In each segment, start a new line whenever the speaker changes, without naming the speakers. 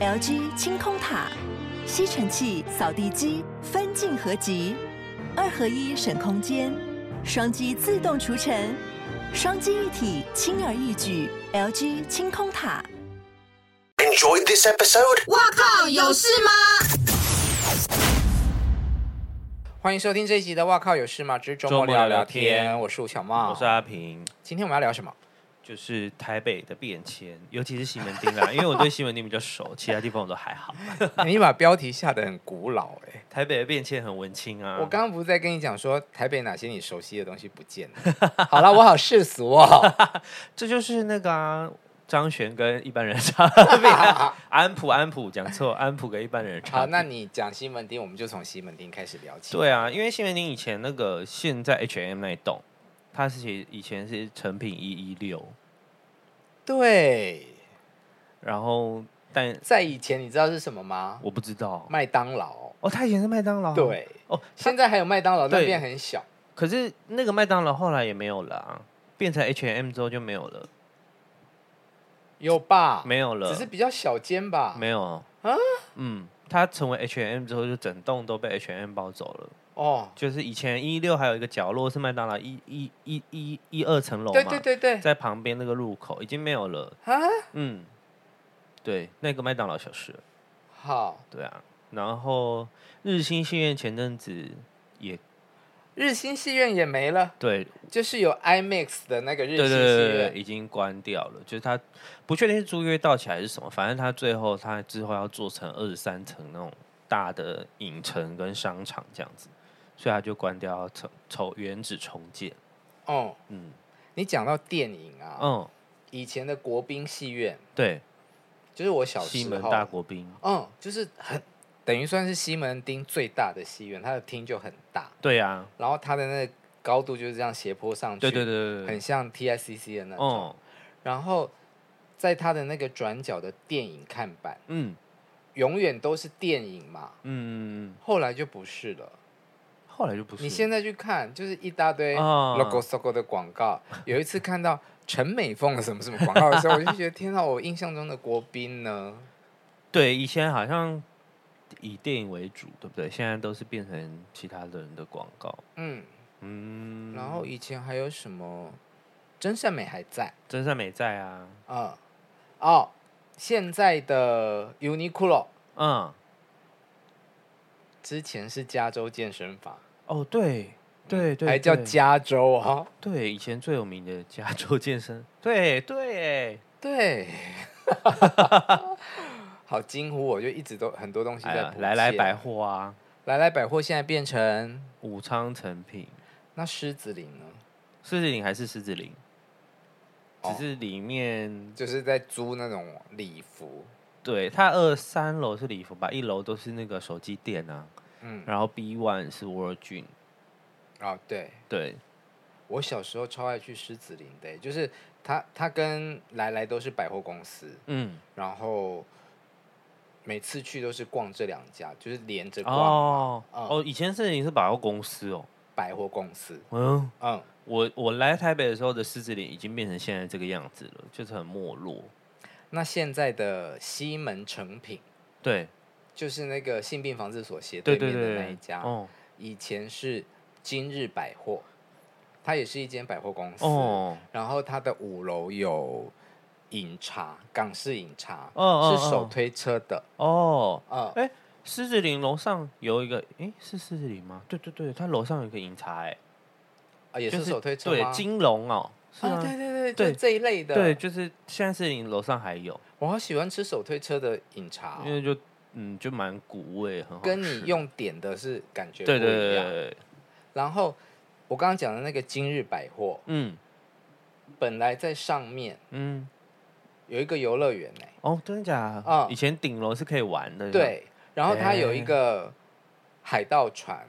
LG 清空塔、吸尘器、扫地机分镜合集，二合一省空间，双击自动除尘，双击一体轻而易举。LG 清空塔。
Enjoyed this episode?
哇靠，有事吗？
欢迎收听这一集的《哇靠有事吗》，只是周末
周末
聊
聊
聊
天
天。我是吴小茂，
我是啊阿平，
今天我们要聊什么？
就是台北的变迁，尤其是西门町 啦，因为我对西门町比较熟，其他地方我都还好。
你把标题下的很古老哎、
台北的变迁很文青啊，
我刚刚不是在跟你讲说台北哪些你熟悉的东西不见了？ 好了，我好世俗 哦。
这就是那个啊，张悬跟一般人 的差别啊，安普安普讲错，安普跟一般人的差
好，
别
那你讲西门町，我们就从西门町开始聊起。
对啊，因为西门町以前那个现在 H M 那一栋，它是其实以前是成品一一六，
对，
然后但
在以前你知道是什么吗？
我不知道
麦当劳。
哦，它以前是麦当劳，
对，
哦，
现在还有麦当劳，但
对
变很小。
可是那个麦当劳后来也没有了啊，变成 H&M 之后就没有了，
有吧？
没有了，
啊只是比较小间吧。
没有啊，嗯，它成为 H&M 之后，就整栋都被 H&M 包走了。
哦，
就是以前一六还有一个角落是麦当劳一一一一一二层楼嘛，
对对对对。
哦在旁边那个入口已经没有了，
啊，
嗯，对，那个麦当劳消失了，
好。
对啊，然后日新戏院前阵子也
日新戏院也没了，
对
就是有 IMAX 的那个日
对
新戏
对
院。
对对，已经关掉了。就是他不确定是租约到期还是什么，反正他最后他之后要做成二十三层那种大的影城跟商场这样子，所以他就关掉要重重原址重建。
哦，
嗯
你讲到电影啊，
嗯，
以前的国宾戏院，
对，
就是我小
西
时
门
候，
大国宾，
嗯，就是很等于算是西门町最大的戏院，它的厅就很大，
对呀、
然后它的那个高度就是这样斜坡上去，
对对对对
很
对，
像 TICC 的那种。
嗯
然后在它的那个转角的电影看板，
嗯
永远都是电影嘛，
嗯嗯，嗯
后来就不是了。
后来就不是了。
你现在去看，就是一大堆
啊
logo logo 的广告。有一次看到陈美凤的什么什么广告的 时候，我就觉得天哪，我印象中的国宾呢？
对以前好像以电影为主，对不对？现在都是变成其他人的广告。
嗯，
嗯，
然后以前还有什么？真善美还在，
真善美在啊，
嗯，哦，现在的 Uniqlo
嗯。
之前是加州健身房，
哦，对对对，
还叫
对
加州哦。
对，以前最有名的 加州健身，对对，
对， 好惊呼！我就一直都很多东西
哎
在
呀，
不
来来
见
百，货啊，
来来百货现在变成
武昌成品，
那狮子林呢？
狮子林还是狮子林，
哦
只是里面
就是在租那种礼服，
对它二三楼是礼服吧，一楼都是那个手机店啊，
嗯，
然后 B one 是 Virgin，
哦，对，
对，
我小时候超爱去狮子林的，欸就是他他跟来来都是百货公司，
嗯，
然后每次去都是逛这两家，就是连着逛
哦
嗯
哦，以前狮子林是百货公司哦，
百货公司，
嗯，
嗯，
我我来台北的时候的狮子林已经变成现在这个样子了，就是很没落，
那现在的西门成品。
对
就是那个性病防治所斜
对对
面的
对，
那一家，
哦
以前是今日百货，它也是一间百货公司。
哦。
然后它的五楼有饮茶，港式饮茶，
哦哦
是
哦
手推车的。
哦，
嗯，
哎狮子林楼上有一个，诶，是狮子林吗？对对对，它楼上有一个饮茶、诶，
啊，也
就是
手推车
对，
吗
金龙哦，是
啊，
吗？
对对对，就
对
是这一类的。
对，就是现在狮子林楼上还有，
我好喜欢吃手推车的饮茶哦、
因为就嗯，就蛮古味，很好
跟
吃
你用点的是感觉不一
对
样。
对对对对，
然后我刚刚讲的那个今日百货，
嗯
本来在上面
嗯，
有一个游乐园呢、
哦，真的假的？
嗯
以前顶楼是可以玩的，
对，然后它有一
哎
个海盗 船，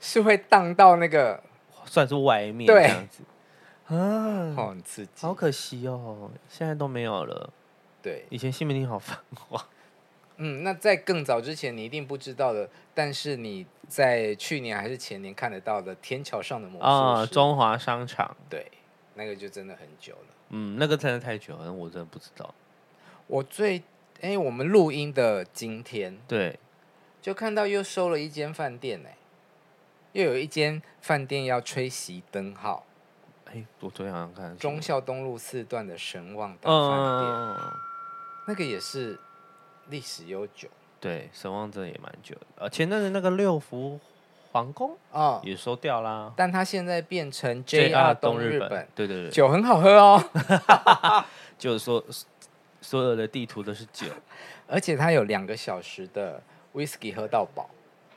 是会荡到那个，
算是外面
对
这样子啊。
哦，很刺激
好。可惜哦，现在都没有了。
对，
以前西门町好繁 华，
嗯，那在更早之前你一定不知道的，但是你在去年还是前年看得到的《天桥上的魔术
啊、
师》
中华商场，
对，那个就真的很久了。
嗯，那个真的太久了，我真的不知道。
我最哎、我们录音的今天
对，
就看到又收了一间饭店呢、又有一间饭店要吹熄灯号，
哎，我昨天好像看什
忠
么
孝东路四段的神旺岛饭店，
嗯，
那个也是历史悠久
对，神旺真的也蛮久的。呃，前阵子那个六福皇宫
哦，
也收掉啦
但它现在变成
JR
JR 东日本
本，，对对对，
酒很好喝哦，
就是说所有的地图都是 酒，
而且它有两个小时的 whisky 喝到饱，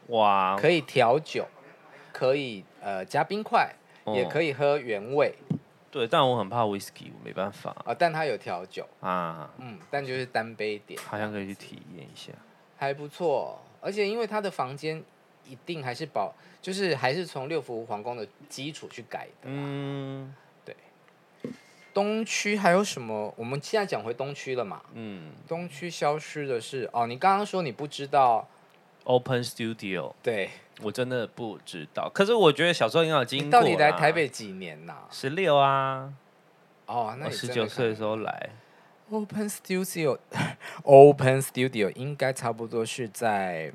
哇，
可以调酒，可以呃加冰块，也可
以。
以喝原味
哦对，但我很怕 whisky，我没办法
啊、但它有调酒，
啊，
嗯，但就是单杯点
好像可以去体验一下。
还不错，而且因为它的房间一定还是保，就是还是从六福皇宫的基础去改的。
嗯
东区还有什么？我们现在讲回东区了嘛？
嗯
东区消失的是哦，你刚刚说你不知道，
，Open Studio，
对
我真的不知道。可是我觉得小时候应该有经
你
过。
到底来台北？几年呐、
十六啊，
哦，那
我
你
十
真
九岁的时
看
候来。
Open Studio，Open Studio 应该差不多是在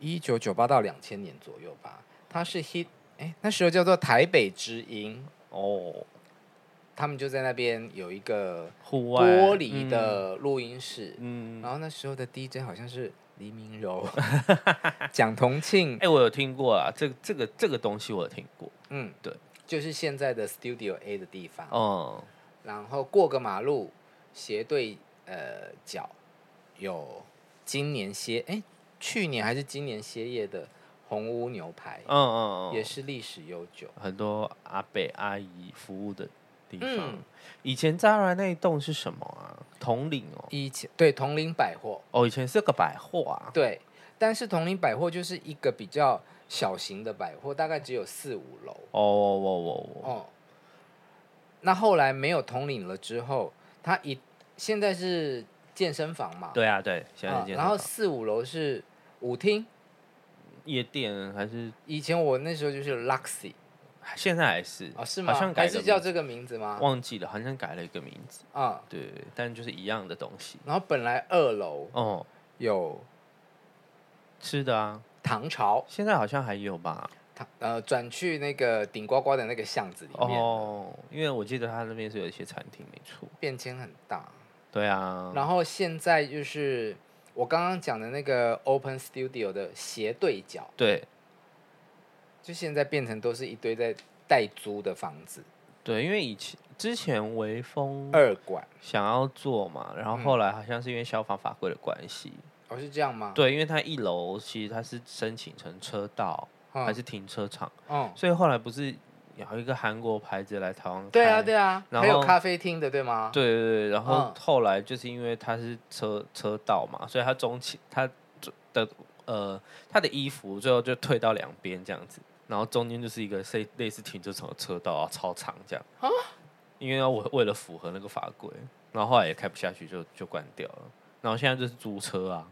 一九九八到两千年左右吧。它是 Hit，哎，那时候叫做台北之音，
哦，
他们就在那边有一个
户外
玻璃，的录音室。
嗯，嗯
然后那时候的 DJ 好像是黎明 柔、蒋同庆
哎、，我有听过啊，这个这个这个东西我有听过，
嗯，
对，
就是现在的 Studio A 的地方。
嗯，
然后过个马路，斜对呃角有今年歇哎，去年还是今年歇业的红屋牛排，
嗯嗯嗯，
也是历史悠久。
很多阿伯阿姨服务的地方。
嗯
以前扎然那一栋是什么啊？铜陵哦，
以前对同林百货，
哦，以前是个百货啊，
对，但是同林百货就是一个比较小型的百货，大概只有四五楼
哦哦哦哦哦，
哦。那后来没有统领了之后，它一现在是健身房嘛，
对啊对，现在
啊
是，健身
然后
房
四五楼是舞厅，
夜店还是
以前我那时候就是 Luxy
现在还是
啊，是吗？
好像改
还
了
是叫
名
这个名字吗？
忘记了，好像改了一个名字，
啊、
对，但就是一样的东西。
然后本来二楼
哦，
有
吃的啊，
唐朝，
现在好像还有吧？
唐呃转去那个顶呱呱的那个巷子里面，
哦，因为我记得他那边是有一些餐厅，没错。
变迁很大。
对啊，
然后现在就是我刚刚讲的那个 Open Studio 的斜对角，
对
就现在变成都是一堆在代租的房子，
对，因为以前之前微风
二馆，
想要做嘛，然后
嗯
后来好像是因为消防法规的关系，
哦是这样吗？，
对，因为它一楼其实它是申请成车道、
嗯、
还是停车场，
嗯，
所以后来不是有一个韩国牌子来台湾开，
对啊对啊，
然
还有
后
咖啡厅的对吗？
对对对，然后
嗯
后来就是因为它是车车道嘛，所以它中期它的呃它的衣服最后就退到两边这样子，然后中间就是一个类类似停车场的车道啊，超长这样。因为要为为了符合那个法规，然后后来也开不下去就，就关掉了。然后现在就是租车啊，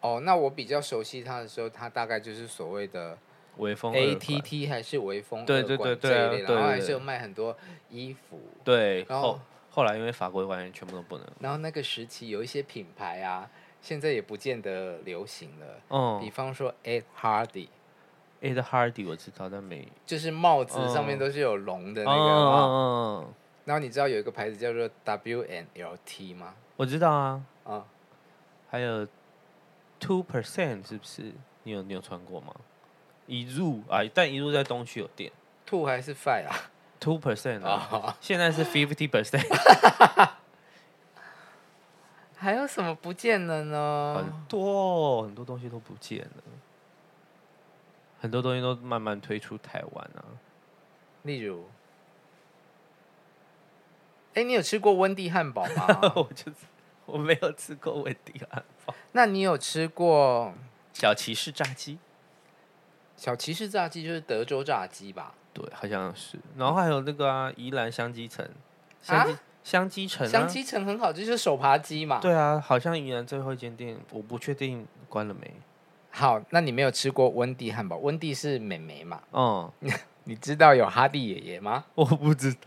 哦，那我比较熟悉它的时候，它大概就是所谓的
微风二
ATT 还是微风
对
二
对
馆
对
这
对
一
啊
类的
对
然后
对
还是
对
有卖很多衣服。
对，
然后
后后来因为法规关系，全部都不能。
然后那个时期有一些品牌啊，现在也不见得流行了。比
嗯
方说 Ed Hardy，
，Ed Hardy 我知道，但没
就是帽子上面
嗯
都是有龙的
嗯
那个。
嗯
啊
嗯嗯，
然后你知道有一个牌子叫做 WNLT 吗？
我知道啊。
啊、
还有 Two Percent 是不是？你有你有穿过吗？一入啊，但一入在东区有店。
t w o 还是 Five 啊？
Two Percent 啊，
哦，
现在是 Fifty Percent，
还有什么不见了
很
呢？
多很多东西都不见了，很多东西都慢慢推出台湾啊。
例如，哎，你有吃过温蒂汉堡吗？
我就是我没有吃过温迪汉堡，
那你有吃过
小骑士炸鸡，
小骑士炸鸡就是德州炸鸡吧？
对，好像是。然后还有那个啊，宜兰香鸡城，香鸡、香鸡城、啊，
香鸡城很好，就是手扒鸡嘛。
对啊，好像宜兰最后一间店，我不确定关了没。
好，那你没有吃过温蒂汉堡？温蒂是美眉嘛？
嗯，
你知道有哈蒂爷爷 吗？
我不知道。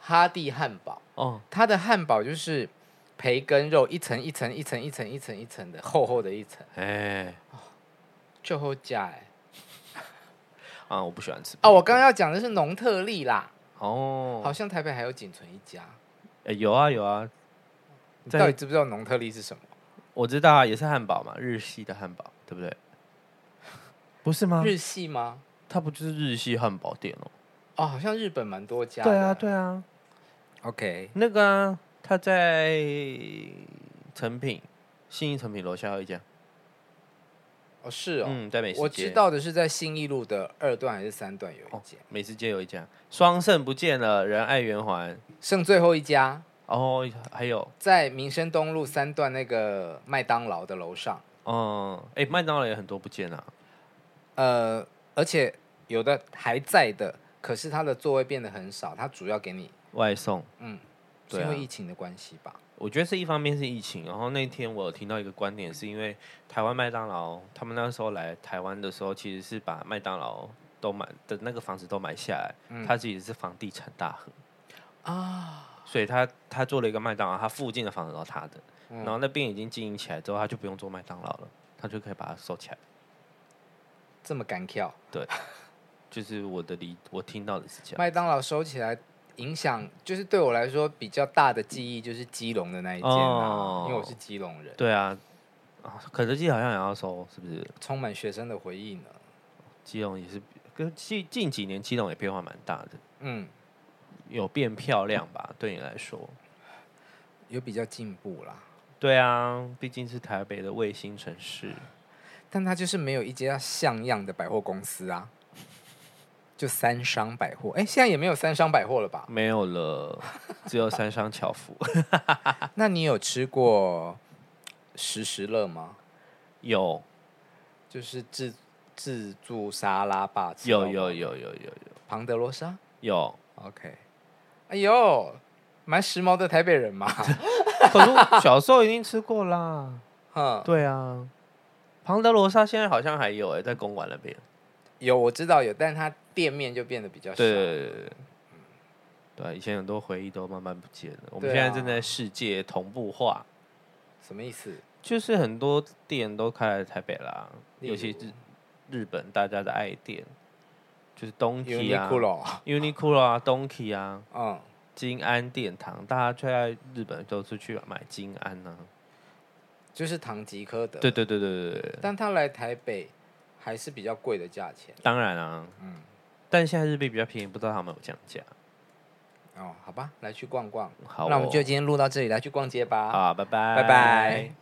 哈蒂汉堡，
哦，
它的汉堡就是培根肉一层一层一层一层一层一层的厚厚的一层，
哎，
就后价哎、
啊，我不喜欢吃。
哦，我刚刚要讲的是农特利啦，
哦，
好像台北还有仅存一家。
哎有啊有啊，
你
在
到底知不知道农特利是什么？
我知道啊，也是汉堡嘛，日系的汉堡，对 不对？不是吗？
日系吗？
它不就是日系汉堡店哦？
哦，好像日本蛮多家的。
对啊，对啊，
OK，
那个啊，它在成品信义成品楼下有一家，
哦是哦，
嗯，在美食街，
我知道的是在信义路的二段还是三段有一
哦
间，，
美食街有一家，双盛不见了，仁爱圆环，
剩最后一家
哦，还有，
在民生东路三段那个麦当劳的楼上。
嗯，哎，麦当劳也很多不见啊了、
呃，而且有的还在的，可是它的座位变得很少，它主要给你，
外送。
嗯，是
对啊
因为疫情的关系吧？
我觉得是一方面是疫情，然后那天我有听到一个观点，是因为台湾麦当劳他们那时候来台湾的时候，其实是把麦当劳都买的那个房子都买下来，
嗯
他自己是房地产大亨，
啊，
所以他他做了一个麦当劳，他附近的房子都是他的，
嗯
然后那边已经经营起来之后，他就不用做麦当劳了，他就可以把它收起来。
这么干跳，
就是我的理，我听到的是这样。
麦当劳收起来。影响就是对我来说比较大的记忆就是基隆的那一间啊，
哦
因为我是基隆人，
对啊，啊，肯德基好像也要收，是不是？
充满学生的回忆呢。
基隆也是，跟近近几年基隆也变化蛮大的，
嗯，
有变漂亮吧？对你来说，
有比较进步啦，
对啊，毕竟是台北的卫星城市。
但它就是没有一家像样的百货公司啊，就三商百货，哎、现在也没有三商百货了吧？
没有了，只有三商 巧福。
那你有吃过时时乐吗？
有
就是自自助沙拉吧？吃
有
到饱
有，有有有有
庞德罗莎。
有，
OK，哎呦，蛮时髦的台北人嘛。
可是我小时候已经吃过啦。
嗯，
对啊，庞德罗莎现在好像还有哎、在公馆那边。
有我知道有，但是它店面就变得比较少。
对对对对对，对啊，以前很多回忆都慢慢不见了。我们
对
现在
啊
正在世界同步化，
什么意思？
就是很多店都开来台北啦，
例
尤其
如
是日本大家的爱店，就是东
有
k 啊、Uniqlo 啊、东 k 啊、
嗯，
金安殿堂，大家就在日本都是去买金安啊。
就是唐吉诃德。
对对对对对对，
但他来台北还是比较贵的价钱
当然啊，
嗯
但现在日币比较便宜，不知道他们有降价。
哦，好吧，来去逛逛。
好哦、
那我们就今天录到这里，来去逛街吧。
好，拜拜，
拜拜。